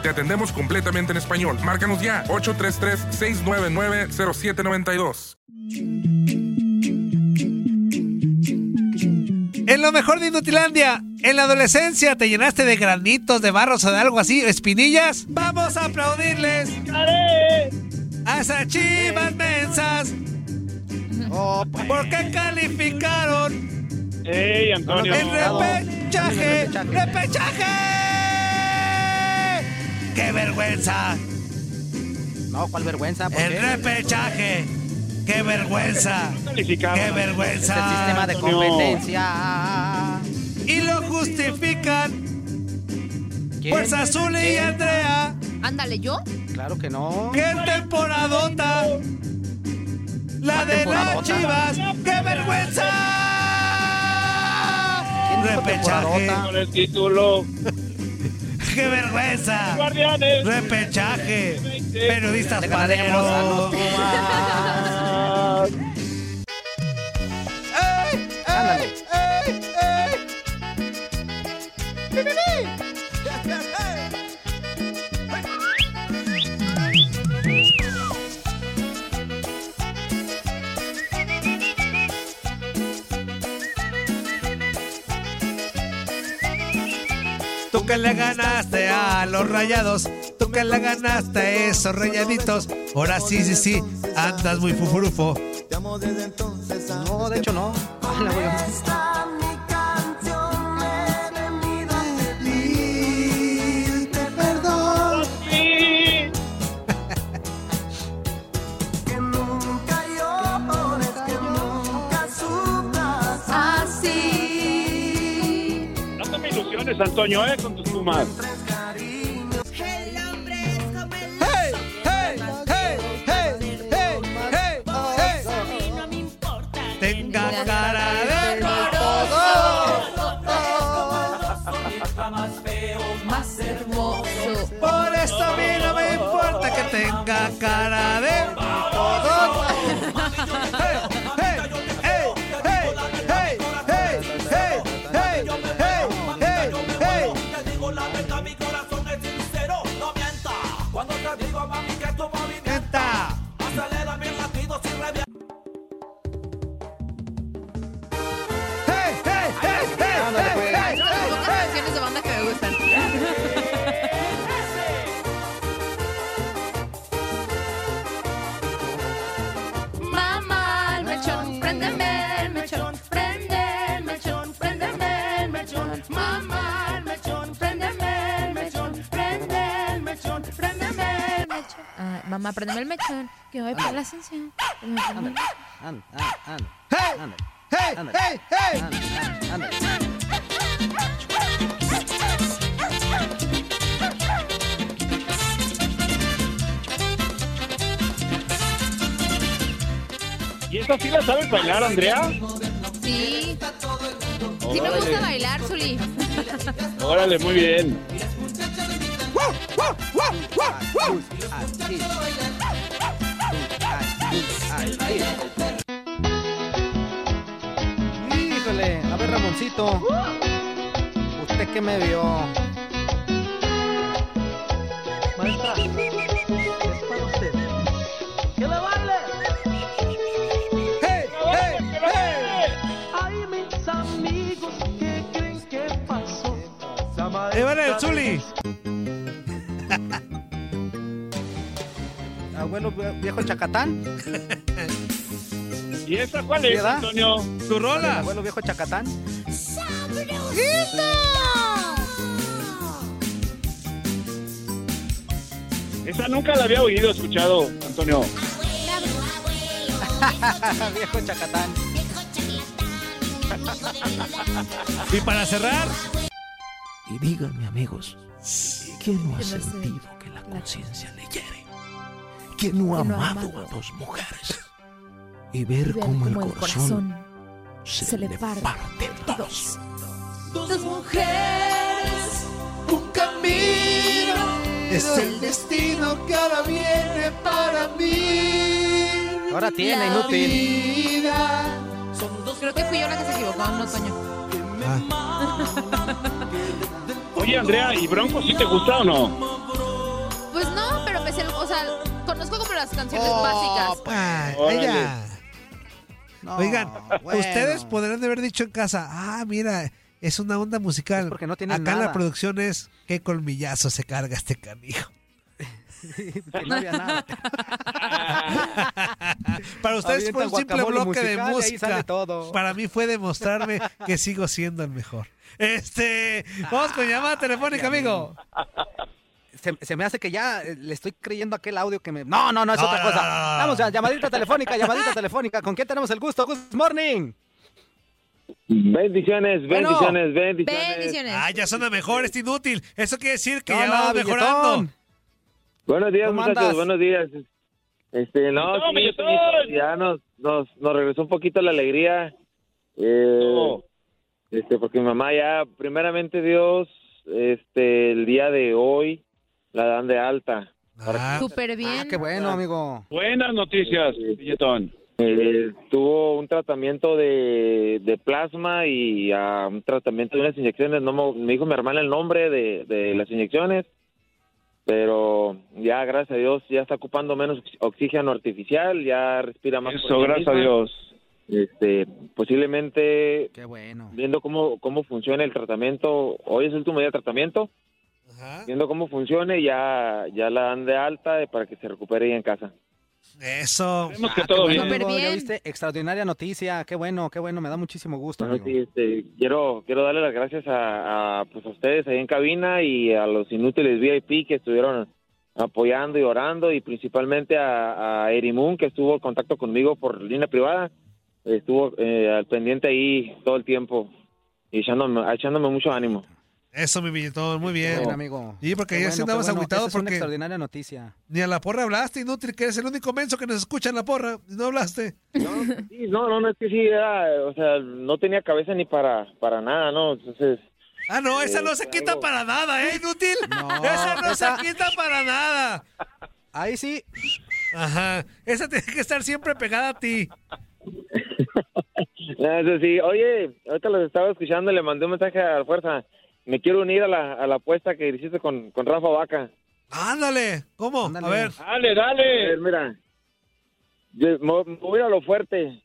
Te atendemos completamente en español. Márcanos ya, 833-699-0792. En lo mejor de Inutilandia, en la adolescencia te llenaste de granitos, de barros o de algo así, espinillas. Vamos a aplaudirles a esas chivas mensas. Oh, Porque calificaron ¡Ey, Antonio! el repechaje, repechaje. ¡Qué vergüenza! No, cuál vergüenza. ¿Por El qué? repechaje, qué vergüenza, qué Es el vergüenza. sistema de competencia. Y lo justifican ¿Quién? Fuerza Azul y Andrea. Ándale, ¿yo? Claro que no. ¡Qué temporadota! La de las temporadota? chivas, qué vergüenza. ¿Quién dijo Repechaje, temporadota? el título. qué vergüenza. Guardianes. Repechaje, periodistas Le ganaremos a paderos. los Pumas. Ándale. Tú que le ganaste a los rayados, tú que le ganaste a esos rayaditos. Ahora sí, sí, sí, andas muy fufurufo. No, de hecho no. Ah, la voy a- Así. No te me ilusiones, Antonio, ¿eh? Con tus pumas. ¡Hey! ¡Hey! ¡Hey! ¡Hey! ¡Hey! ¡Hey! Tenga cara de morboso, Más hermoso. por eso a mí no me importa que tenga cara de morboso. ¡Hey! ¡Hey! ¡Hey! ¡Hey! ¡Hey! ¡Hey! ¡Hey! ¡Hey! ¡Hey! ¡Neta! ¡Hey! ¡Hey! ¡Hey! Ándale, ¡Hey! pues. ¡Hey! Son las pocas canciones de banda que me gustan. Mamá, prendeme el mechón, que voy para la ascensión. Ándale, ándale, ándale, Hey, ándale, hey, ándale, hey, hey. ándale, ándale, ándale. ¿Y esa sí la sabes bailar, Andrea? Sí. Sí me gusta bailar, Zuli. Órale, muy bien. Aquí. Aquí, aquí. Híjole, a ver Ramoncito, usted que me vio. Maestra, es para usted. ¡Que la baile! Hey, hey, hey. Ay, mis amigos, ¿qué creen que pasó? La Eh, maestra vale, el Zuli. Abuelo viejo Chacatán, ¿Y esa cuál es, ¿Verdad? Antonio? Tu rola. abuelo viejo Chacatán. Esa nunca la había oído, escuchado, Antonio. viejo Chacatán. Y para cerrar, Y díganme, amigos, que no ha Que no sé. sentido que la conciencia le hiere? que no ha Que no ha amado amado. a dos mujeres? Y ver cómo el corazón se, le parte en dos. Dos mujeres, un camino. es el destino que ahora viene para mí. Ahora tiene, La inútil. Creo que fui yo la que se equivocó, no Toño. Oye, Andrea, ¿y Bronco sí te gusta o no? Pues no, pero me sé, o sea, conozco como las canciones Oh, básicas. Ah, Órale. ella. No, Oigan, Ah, bueno. ustedes podrán haber dicho en casa, ah, mira, es una onda musical. Es porque no tienen Acá la nada. producción es, qué colmillazo se carga este canijo. Que no había nada. Para ustedes Avienta fue un simple guacamole bloque de musical y ahí música. sale todo. Para mí fue demostrarme que sigo siendo el mejor. Este, vamos con llamada telefónica, amigo. Se, se me hace que ya eh, le estoy creyendo aquel audio que me. No, no, no, es No, otra no, cosa. no, no, no. Vamos ya, llamadita telefónica, llamadita telefónica. ¿Con quién tenemos el gusto? Good morning. Bendiciones, Bueno. bendiciones, bendiciones. Bendiciones. Ah, ya suena mejor, es inútil. Eso quiere decir que ¿Qué ya onda, vamos billetón? mejorando. Buenos días, ¿Cómo muchachos, andas? buenos días. Este, no, ¡Milletón, sí, milletón! sí, ya nos, nos, nos regresó un poquito la alegría. Eh, Oh. este, porque mi mamá ya, primeramente Dios, este, el día de hoy la dan de alta. Ah, Súper bien. Ah, qué bueno, amigo. Buenas noticias, Billetón. Eh, tuvo un tratamiento de, de plasma y ah, un tratamiento de unas inyecciones. No mo- me, dijo mi hermana el nombre de, de las inyecciones, pero ya, gracias a Dios, ya está ocupando menos ox- oxígeno artificial, ya respira más. por Eso, sí gracias a misma. Dios. Este, posiblemente Qué bueno. viendo cómo, cómo funciona el tratamiento, hoy es el último día de tratamiento, ajá. viendo cómo funcione, ya, ya la dan de alta eh, para que se recupere ahí en casa. Eso. Vemos que Ah, qué todo bueno, bien. Súper amigo, ya bien. viste, extraordinaria noticia. Qué bueno, qué bueno. Me da muchísimo gusto, Bueno, amigo. sí, este, quiero, quiero darle las gracias a, a, pues, a ustedes ahí en cabina y a los inútiles VIP que estuvieron apoyando y orando y principalmente a, a Erimun que estuvo en contacto conmigo por línea privada, estuvo eh, al pendiente ahí todo el tiempo y echándome, echándome mucho ánimo. Eso, mi billetón, muy Qué bien. bueno, amigo. Sí, porque Qué ayer sí andabas qué agüitado Esa Es una porque- extraordinaria noticia. Ni a la porra hablaste, inútil, que eres el único menso que nos escucha en la porra. No hablaste. Sí, no, no, no, es que sí, era, o sea, no tenía cabeza ni para, para nada, ¿no? Entonces, Ah, no, esa no se traigo- quita para nada, ¿eh? Inútil. No, esa no esa- se quita para nada. Ahí sí. Ajá. Esa tiene que estar siempre pegada a ti. No, eso sí. Oye, ahorita los estaba escuchando, le mandé un mensaje a la fuerza. Me quiero unir a la, a la apuesta que hiciste con, con Rafa Vaca. Ándale. ¿Cómo? Ándale. A ver. Dale, A ver, dale. mira, yo- me, me voy a lo fuerte.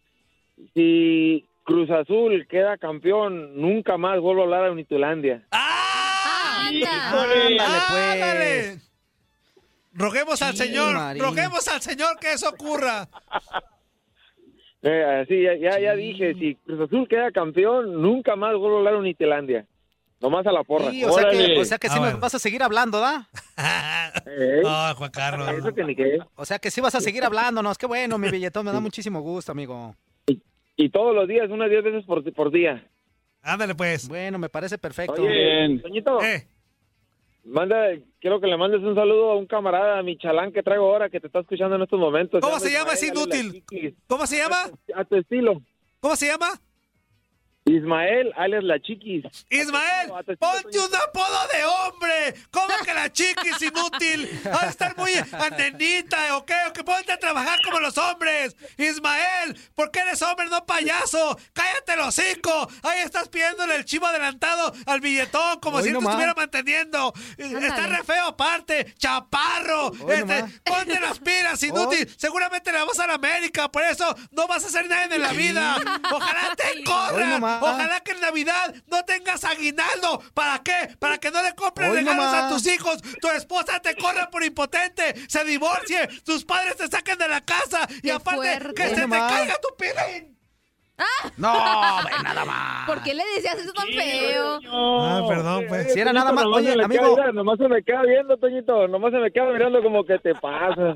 Si Cruz Azul queda campeón, nunca más vuelvo a hablar a Unitulandia. ¡Ah! Anda. Híjole. Ándale, pues. ¡Ándale! Roguemos al Sí, Señor, Marín. roguemos al Señor que eso ocurra. Eh, así, ya, ya, ya dije, si Cruz Azul queda campeón, nunca más vuelvo a hablar a Unitulandia. Nomás a la porra. Sí, o, sea que, Órale. o sea que sí Ah, me vas a seguir hablando, ¿da? Ah, Juan Carlos. Eso que ni qué. O sea que sí vas a seguir hablándonos. Qué bueno, mi billetón. Me da muchísimo gusto, amigo. Y todos los días, unas 10 veces por, por día. Ándale, pues. Bueno, me parece perfecto. eh, Oye, Toñito. Eh. Manda, quiero que le mandes un saludo a un camarada, a mi chalán que traigo ahora, que te está escuchando en estos momentos. ¿Cómo se llama? Es Ismael Ávila inútil. Chiquis. ¿Cómo se llama? A tu estilo. ¿Cómo se llama? Ismael, alias La Chiquis. Ismael, ponte un apodo de hombre. ¿Cómo que la chiquis inútil? Vas a estar muy antenita, ¿ok? ¿O que ponte a trabajar como los hombres? Ismael, ¿por qué eres hombre, no payaso? ¡Cállate los cinco! Ahí estás pidiéndole el chivo adelantado al billetón como Hoy si él te nomás. estuviera manteniendo. Está re feo aparte, chaparro. Este, ponte las pilas, inútil. Seguramente le vas a la América, por eso no vas a hacer nada en la vida. Ojalá te Hoy corran. nomás. Ojalá que en Navidad no tengas aguinaldo. ¿Para qué? Para que no le compres Hoy regalos nomás. a tus hijos. Tu esposa te corra por impotente, se divorcie, tus padres te saquen de la casa y aparte fuerte. que Hoy se te nomás. caiga tu pilín. No, ve nada más. ¿Por qué le decías eso tan feo? Ah, perdón, pues. Eh, Si era nada Toñito, más. nomás Oye, se me queda amigo. mirando, nomás se me queda viendo, Toñito. Nomás se me queda mirando como que te pasa.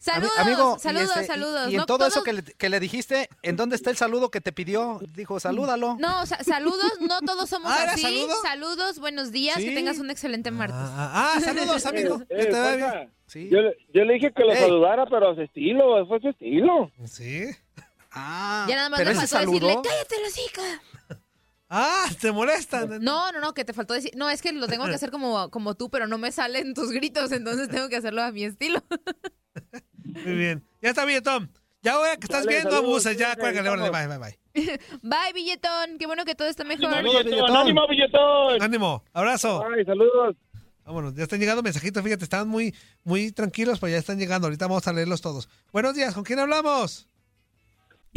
Saludos, Ami- amigo, y saludos, este, y- saludos. Y, en No, todo eso todos- que le, que le dijiste, ¿en dónde está el saludo que te pidió? Dijo, salúdalo. No, sa- saludos, no todos somos Ah, ¿era así. saludo? Saludos, buenos días, Sí. que tengas un excelente martes. Ah, saludos, amigo. Eh, Que te vaya Juanca, bien. yo, le- yo le dije que lo Ey. saludara, pero a su estilo, fue su estilo. Sí. Ah, ya nada más ¿pero le ese faltó saludo? decirle, cállate la chica. Ah, te molestan. No, no, no, que te faltó decir. No, es que lo tengo que hacer como, como tú, pero no me salen tus gritos, entonces tengo que hacerlo a mi estilo. Muy bien. Ya está bien, Tom. Ya voy a que estás Dale, viendo, saludos, abusas. Ya, cuídense, cuélgale, órale, bye, estamos. bye, bye. Bye, billetón. Qué bueno que todo está mejor. billetón! ¡Ánimo! ¡Abrazo! ¡Ay, saludos! Vámonos, ya están llegando mensajitos, fíjate, están muy, muy tranquilos, pero ya están llegando. Ahorita vamos a leerlos todos. Buenos días, ¿con quién hablamos?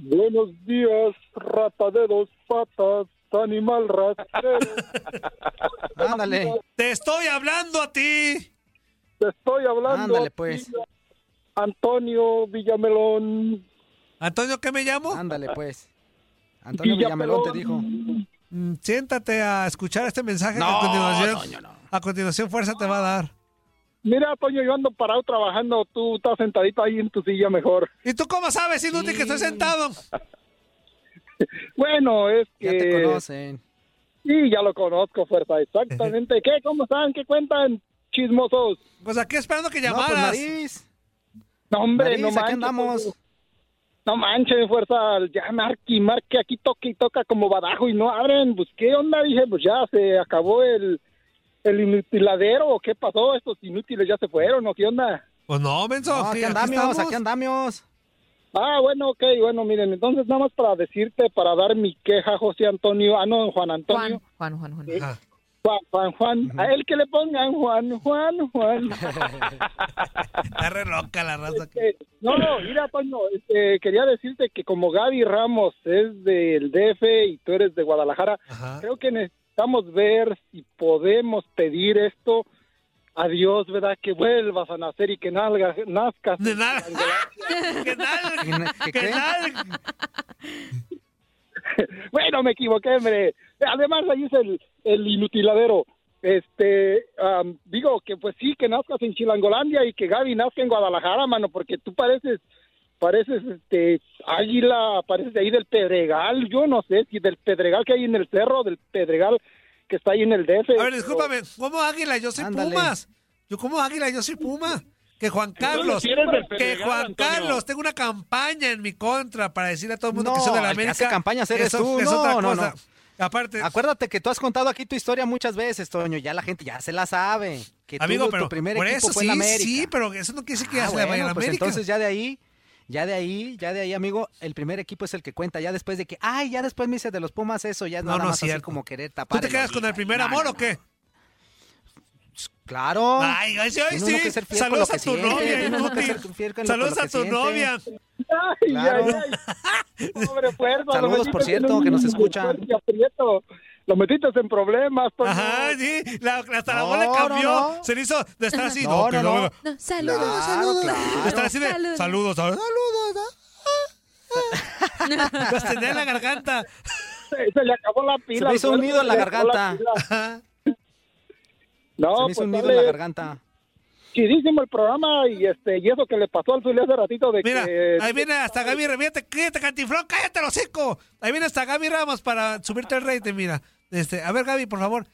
Buenos días, rata de dos patas, animal rastrero. Ándale. ¡Te estoy hablando a ti! Te estoy hablando. Ándale, a ti, pues. Antonio Villamelón. ¿Antonio qué me llamo? Ándale, pues. Antonio Villamelón te dijo. Mm, Siéntate a escuchar este mensaje. que No, a continuación, Toño, a continuación Fuerza te va a dar. Mira, Toño, yo ando parado trabajando. Tú estás sentadito ahí en tu silla mejor. ¿Y tú cómo sabes, inútil, que estoy sentado? Bueno, es que. Ya te conocen. Sí, ya lo conozco, Fuerza. Exactamente. ¿Qué? ¿Cómo están? ¿Qué cuentan? Chismosos. Pues aquí esperando que No, pues, llamaras. nariz. No, hombre, Nariz, no aquí manches. andamos. Toño. No manches, fuerza. Ya marque y marque aquí toca y toca como badajo y no abren. Pues qué onda, dije, pues ya se acabó el, el inutiladero. ¿o ¿Qué pasó? Estos inútiles ya se fueron, ¿o qué onda? Pues no, menso. No, sí, aquí andamos, estamos. aquí andamos. Ah, bueno, ok, bueno, miren, entonces nada más para decirte, para dar mi queja, José Antonio, ah, no, Juan Antonio. Juan, Juan, Juan. Ajá. Juan, Juan, Juan, a él que le pongan Juan, Juan, Juan. Ah, Está re loca la raza. Eh, no, no, mira, Toño, este, quería decirte que como Gaby Ramos es del DF y tú eres de Guadalajara, Ah. creo que necesitamos ver si podemos pedir esto a Dios, ¿verdad? Que vuelvas a nacer y que nalga- nazcas. ¿Qué tal? ¿Qué ¿Qué creen? tal? bueno, me equivoqué, hombre. Además, ahí es el, el inutiladero. Este, am, digo que pues sí, que nazcas en Chilangolandia y que Gaby nazca en Guadalajara, mano, porque tú pareces, pareces, este, águila, pareces de ahí del Pedregal, yo no sé si del Pedregal que hay en el cerro, del Pedregal que está ahí en el DF. A ver, discúlpame, ¿cómo águila? Yo soy Pumas. Yo como águila, yo soy Puma. Que Juan Carlos, si eres del que Pedregal, Juan Antonio. Carlos, tengo una campaña en mi contra para decirle a todo el mundo que No, soy de la el que América. hace campañas eres Eso tú. Es No, otra no, cosa. Aparte, Acuérdate que tú has contado aquí tu historia muchas veces, Toño. Ya la gente ya se la sabe. Que tú, amigo, tu pero primer por equipo eso fue sí, el América. sí, pero eso no quiere decir que ya Ah, se le vaya a bueno, la pues América. entonces ya de ahí Ya de ahí, ya de ahí, amigo, el primer equipo es el que cuenta. Ya después de que, ay, ya después me hice de los Pumas eso, ya No, no, nada no es más así cierto. como querer tapar. ¿Tú te el quedas oído. con el primer No, amor no, o qué? Claro. Ay, ay, sí, ay, Tiene sí. uno que ser fiel con Saludos lo que a tu siente, novia, tiene uno que inútil. ser fiel con lo- Saludos con lo a que tu siente. novia. Ay, Claro. ay, ay. Pobre puerco, lo Saludos, por metiste en cierto, un que nos escuchan. fuerte aprieto. Lo metiste en problemas. pues, puerco. Ajá, sí. la- hasta la No, bola cambió. no, Se le hizo de estar así. No, No, que no, no. no. No, saludos, Claro, saludos. De estar así de saludos, saludos. saludos, ah, ah. Los tenía en la garganta. Se, se le acabó la pila. me hizo un puerco, nido en la se le acabó garganta. pila. No, Se me hizo pues un nido en dale, la garganta. Chidísimo el programa y este y eso que le pasó al Zuli hace ratito de Mira, que ahí viene hasta Gaby Ramos. Cállate, cantiflón, cállate los cinco. Ahí viene hasta Gaby Ramos para subirte el rating, mira. Este, a ver, Gaby, por favor.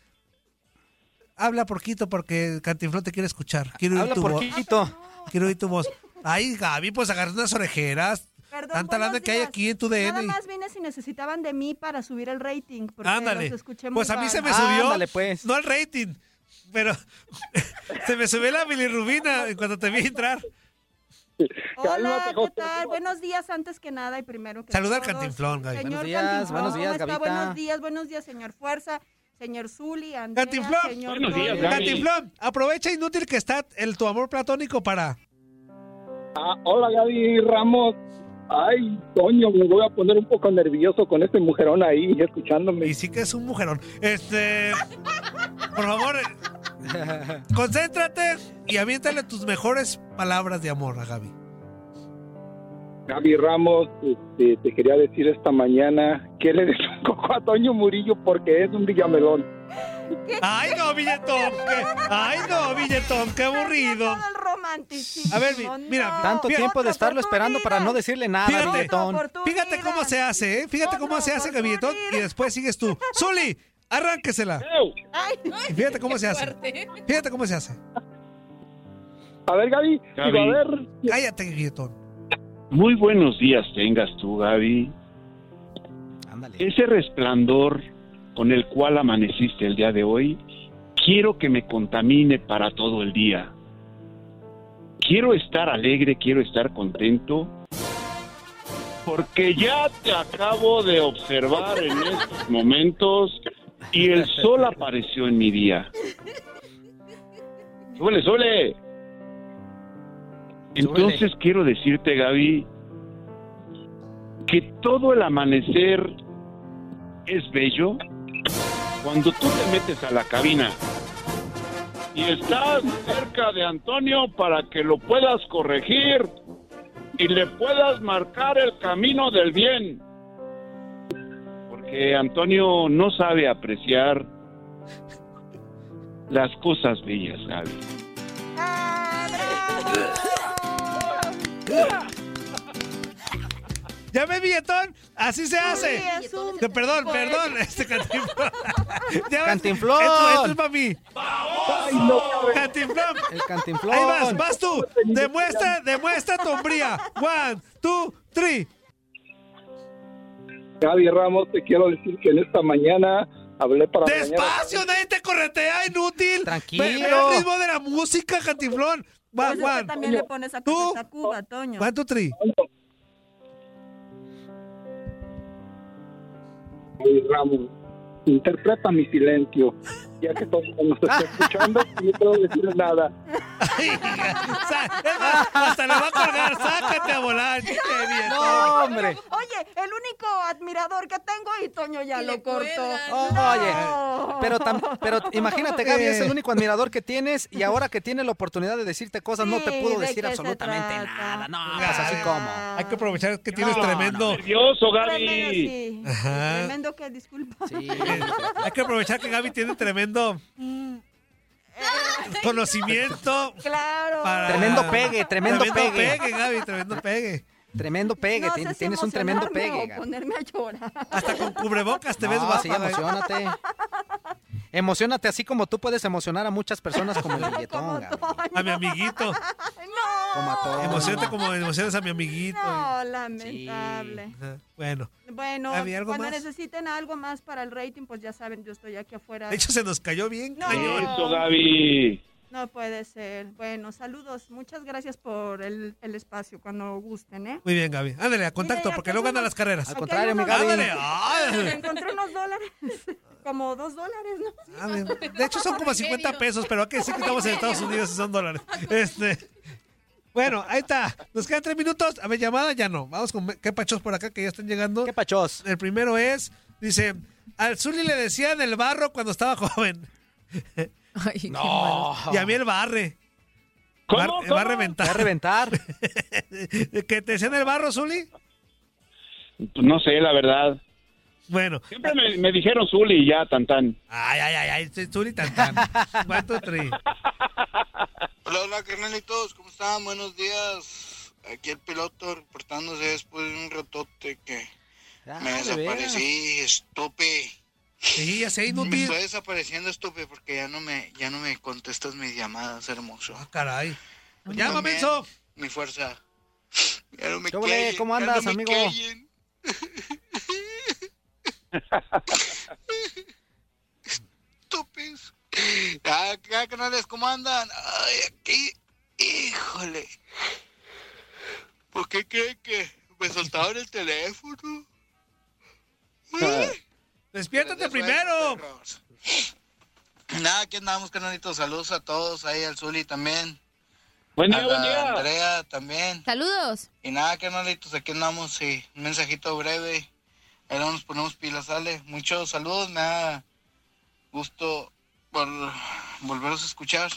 Habla porquito porque Cantinflón te quiere escuchar. Quiero oír Habla tu porquito. voz. Quiero oír tu voz. Ay, Gaby, pues agarras unas orejeras. Perdón, Tanta lana buenos que hay días. aquí en tu Nada DN. más vine si necesitaban de mí para subir el rating. Porque Ándale. los escuché muy Pues a mí se me bajo. subió. pues. No el rating, pero se me subió la bilirrubina en cuando te vi entrar. Hola, ¿qué tal? Buenos días antes que nada y primero que Saluda al todos. Cantinflón, Gaby. Señor Buenos días, Cantinflón, buenos días, ¿cómo está? Gavita. Buenos días, buenos días, señor Fuerza, señor Zuli, Andrea, Cantinflón, señor Tony. Cantinflón, aprovecha inútil que está el tu amor platónico para. Ah, hola Gaby Ramos. Ay, coño, me voy a poner un poco nervioso con este mujerón ahí escuchándome. Y sí que es un mujerón. Este, por favor, eh, concéntrate y aviéntale tus mejores palabras de amor a Gaby. Gaby Ramos, este, te quería decir esta mañana que le des un coco a Toño Murillo porque es un villamelón. Ay no, billetón, qué- ay no, billetón, qué aburrido. Todo el romanticismo. A ver, mi- mira, Tanto mira- tiempo de estarlo esperando para no decirle nada, Fíjate, billetón. fíjate cómo se hace, ¿eh? Fíjate cómo se hace Gavilletón y después sigues tú. Zuli, arránquesela. Ay, Y fíjate cómo se hace. Fíjate cómo se hace. A ver, Gaby, Gaby. digo, a ver. Cállate, Guilletón. Muy buenos días tengas tú, Gaby. Ese resplandor con el cual amaneciste el día de hoy, quiero que me contamine para todo el día. Quiero estar alegre, quiero estar contento, porque ya te acabo de observar en estos momentos y el sol apareció en mi día. ¡Súbele, súbele! Entonces quiero decirte, Gaby, que todo el amanecer es bello cuando tú te metes a la cabina y estás cerca de Antonio para que lo puedas corregir y le puedas marcar el camino del bien. Porque Antonio no sabe apreciar las cosas bellas, Gaby. ¿Ya ves, Billetón? Así se hace. Zuli, Te- perdón, Pues- perdón, este Cantinflón. ¿Ya ves? Cantinflón. Esto, esto es para mí. Ay, no, Gaby. Cantinflón. El cantinflón. Ahí vas, vas tú. Demuestra, demuestra tu hombría. One, two, three. Gaby Ramos, te quiero decir que en esta mañana hablé para la mañana. Despacio, nadie te corretea, inútil. Tranquilo. Ve, ve el ritmo de la música, Cantinflón. One, Pues es que one. también le pones a tú, Cuba, Toño. one, two, three. Gaby Ramos, interpreta mi silencio. Ya que todo el mundo nos está escuchando, no puedo decir nada. Hasta la va a colgar. Sácate a volar. chiste de billetón. No, hombre. Oye, el único admirador que tengo y Toño ya lo cortó. Oye, pero, tam- pero imagínate, Gaby, es el Eh. único admirador que tienes y ahora que tiene la oportunidad de decirte cosas, no te Sí, pudo ¿de decir qué se absolutamente trata? nada. No, Ah, pues así como. Hay que aprovechar que tienes No, tremendo. Nervioso, Tremendo, Gaby. sí. Ajá. Tremendo que disculpa. Hay que aprovechar que Gaby tiene tremendo Mm. conocimiento. Claro. para- Tremendo pegue, tremendo pegue. Gaby, tremendo pegue. Tremendo pegue, No tien- sé si tienes un tremendo emocionarme pegue. o Gaby. ponerme a llorar. Hasta con cubrebocas te ves No, guapa. sí, Gaby. emocionate. Emocionate así como tú puedes emocionar a muchas personas como el billetón, Gaby, A mi amiguito. como a todos. Emocionate como emocionas a mi amiguito. No, lamentable. Ajá, Bueno. Bueno, Gaby, ¿algo cuando más? necesiten algo más para el rating, pues ya saben, yo estoy aquí afuera. De hecho, se nos cayó bien. No. cañón. Eso, Gaby. No puede ser. Bueno, saludos. Muchas gracias por el, el espacio, cuando gusten, ¿eh? Muy bien, Gaby. Ándale, a contacto, Mira, porque acá luego ganan tenemos- las carreras. aquí hay unos- Ándale. ay. Encontré unos dólares, como dos dólares, ¿no? A ver, De hecho, son como 50 pesos, pero hay que decir que estamos en Estados Unidos y son dólares. Este. Bueno, ahí está. Nos quedan tres minutos. A ver, llamada ya no. Vamos con qué pachos por acá que ya están llegando. ¿Qué pachos? El primero es, dice, al Zuli le decían el barro cuando estaba joven. malos. Y a mí el barre. ¿Cómo, Bar- cómo? Va a reventar. Va a reventar. ¿Que te decían el barro, Zuli? Pues no sé, la verdad. Bueno. Siempre me, me dijeron Zuli y ya, tan tan. Ay, ay, ay, ay, este Zuli tan tan. One, two, three. Hola, hola, carnalitos, ¿cómo están? Buenos días. Aquí el piloto reportándose después de un ratote que Ah, me de desaparecí, estupe. Sí, ya sé, Me inútil. estoy desapareciendo, estupe, porque ya no me ya no me contestas mis llamadas, hermoso. Ah, Caray. Pues Tú Llama, también, menso. Mi fuerza. Ya no me ¿Qué ole? callen, ¿Cómo ya no andas, me amigo? callen. Estúpidos. Ah, ¿qué canales? ¿Cómo andan? Ay, aquí. Híjole. ¿Por qué creen que me soltaron el teléfono? Ah, Despiértate primero. Nada, aquí andamos, canalitos. Saludos a todos. Ahí al Zuli también. Buen día, A buen la día. Andrea también. Saludos. Y nada, carnalitos, aquí andamos, sí, un mensajito breve. Ahora nos ponemos pilas, sale. Muchos saludos, me da gusto vol- volveros a escuchar.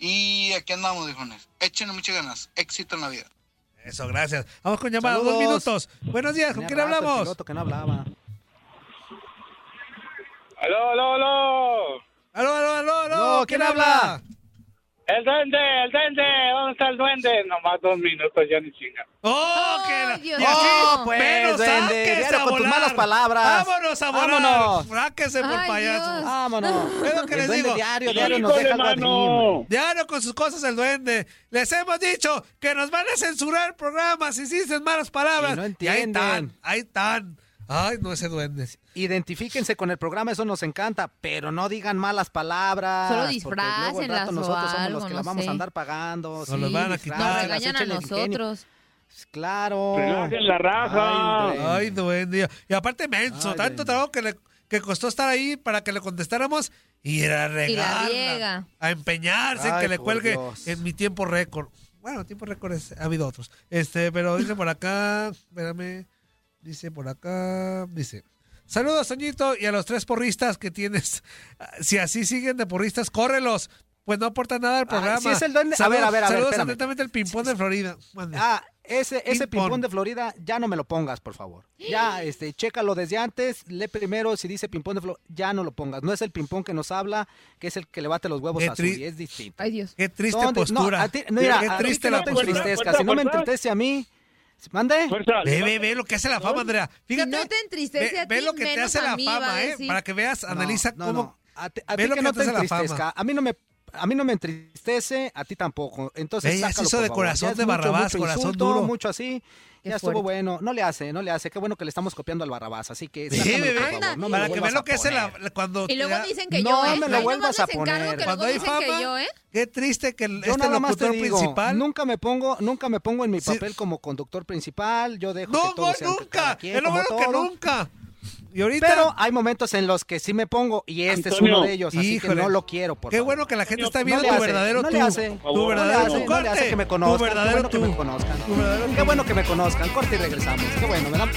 Y aquí andamos, viejones. Échenle muchas ganas, éxito en la vida. Eso, gracias. Vamos con llamada, dos Saludos. minutos. Buenos días, ¿con Tenía quién rato el hablamos? piloto que no hablaba. Aló, aló, aló. Aló, aló, aló, aló. ¿Quién habla? El duende, el duende. ¿Dónde está el duende? Nomás dos minutos, ya ni chinga. ¡Oh, que la... Dios y así, mío. pues, Menos duende, saques diario a con tus volar. malas palabras. Vámonos a volar. Vámonos. Sáquese por Ay, payaso. Ah, Dios. Vámonos. Es lo que El les duende digo. diario, diario nos Híjole, deja algo mano. adivino. Diario con sus cosas el duende. Les hemos dicho que nos van a censurar programas si dicen malas palabras. Y no ahí entienden. están, ahí están. Ay, no ese duende. Identifíquense con el programa, eso nos encanta, pero no digan malas palabras. Solo porque luego al rato disfrácenlas o Nosotros somos algo, los que no las vamos sé. a andar pagando. Nos las van a quitar. Nos disfrácenlas, regañan a échenle el ingenio. nosotros. Claro. Relájenla, Ay, Ay, hombre. duende. Y aparte, menso, tanto trabajo que le que costó estar ahí para que le contestáramos y era Y la regar. riega. A empeñarse en Ay, que le por cuelgue Dios. en mi tiempo récord. Bueno, tiempo récord es- ha habido otros. Este, pero dice por acá, espérame, dice por acá, dice. Saludos, Toñito, y a los tres porristas que tienes. Si así siguen de porristas, córrelos. Pues no aporta nada al programa. sí es el duende. A ver, a ver, a ver, Saludos espérame. atentamente el pimpón de Florida. Mande. Ah, ese, ese Ping-pong. ping-pong de Florida, ya no me lo pongas, por favor. Ya, este, chécalo desde antes, lee primero, si dice ping-pong de Florida, ya no lo pongas. No es el ping-pong que nos habla, que es el que le bate los huevos Qué a Zuli, tri- es distinto. Ay, Dios. Qué triste ¿Dónde? postura. No, a ti- mira, Qué a ti triste que la no te postura. entristezcas, Fuerza, si no me fuerza. entristece a mí, ¿mande? Ve, ve, ve lo que hace la fama, Andrea. Fíjate. no te entristece ve, a ve ti, lo que te menos hace a la mí, va fama, a ¿eh? decir. Para que veas, No, analiza no, cómo. no. A ti, a ve ti lo que que no te te hace la fama. entristezca, a mí no me... A mí no me entristece, a ti tampoco. Entonces, Ella se sácalo, hizo por de favor. corazón Ya es de mucho, Barrabás, mucho corazón insulto, duro. Mucho así. Qué ya estuvo fuerte. bueno. No le hace, no le hace. Qué bueno que le estamos copiando al Barrabás. Así que. Ve, sácamelo, ve, por ve, favor, no me para lo que veas vuelvas lo a que hace la, poner. cuando. Y luego te da- dicen que No, yo, ¿eh? me lo Ahí nomás vuelvas a les encargo poner. Cuando Que cuando hay dicen fama, que yo, ¿eh? Qué triste que el- Yo este nada más te locutor digo, principal. nunca me pongo, nunca me pongo en mi papel como conductor principal. Yo dejo No, que todo no, sea entre nunca. cada quien, Es lo como bueno que todo. nunca. Y ahorita. Pero hay momentos en los que sí me pongo y este es Antonio. uno de ellos, así Híjole. que no lo quiero. Por Qué favor. bueno que la gente está No viendo le tu hace, verdadero no tú. le hace. Tu No le verdadero hace, tú. no le hace Corte. que me Tu conozcan. Qué verdadero bueno que tú. me conozcan. Qué bueno que me conozcan. Corte y regresamos. Qué bueno, ¿verdad?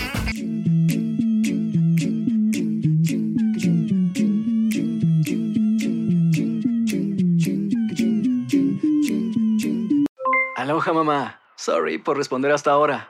Aloha mamá. Sorry por responder hasta ahora.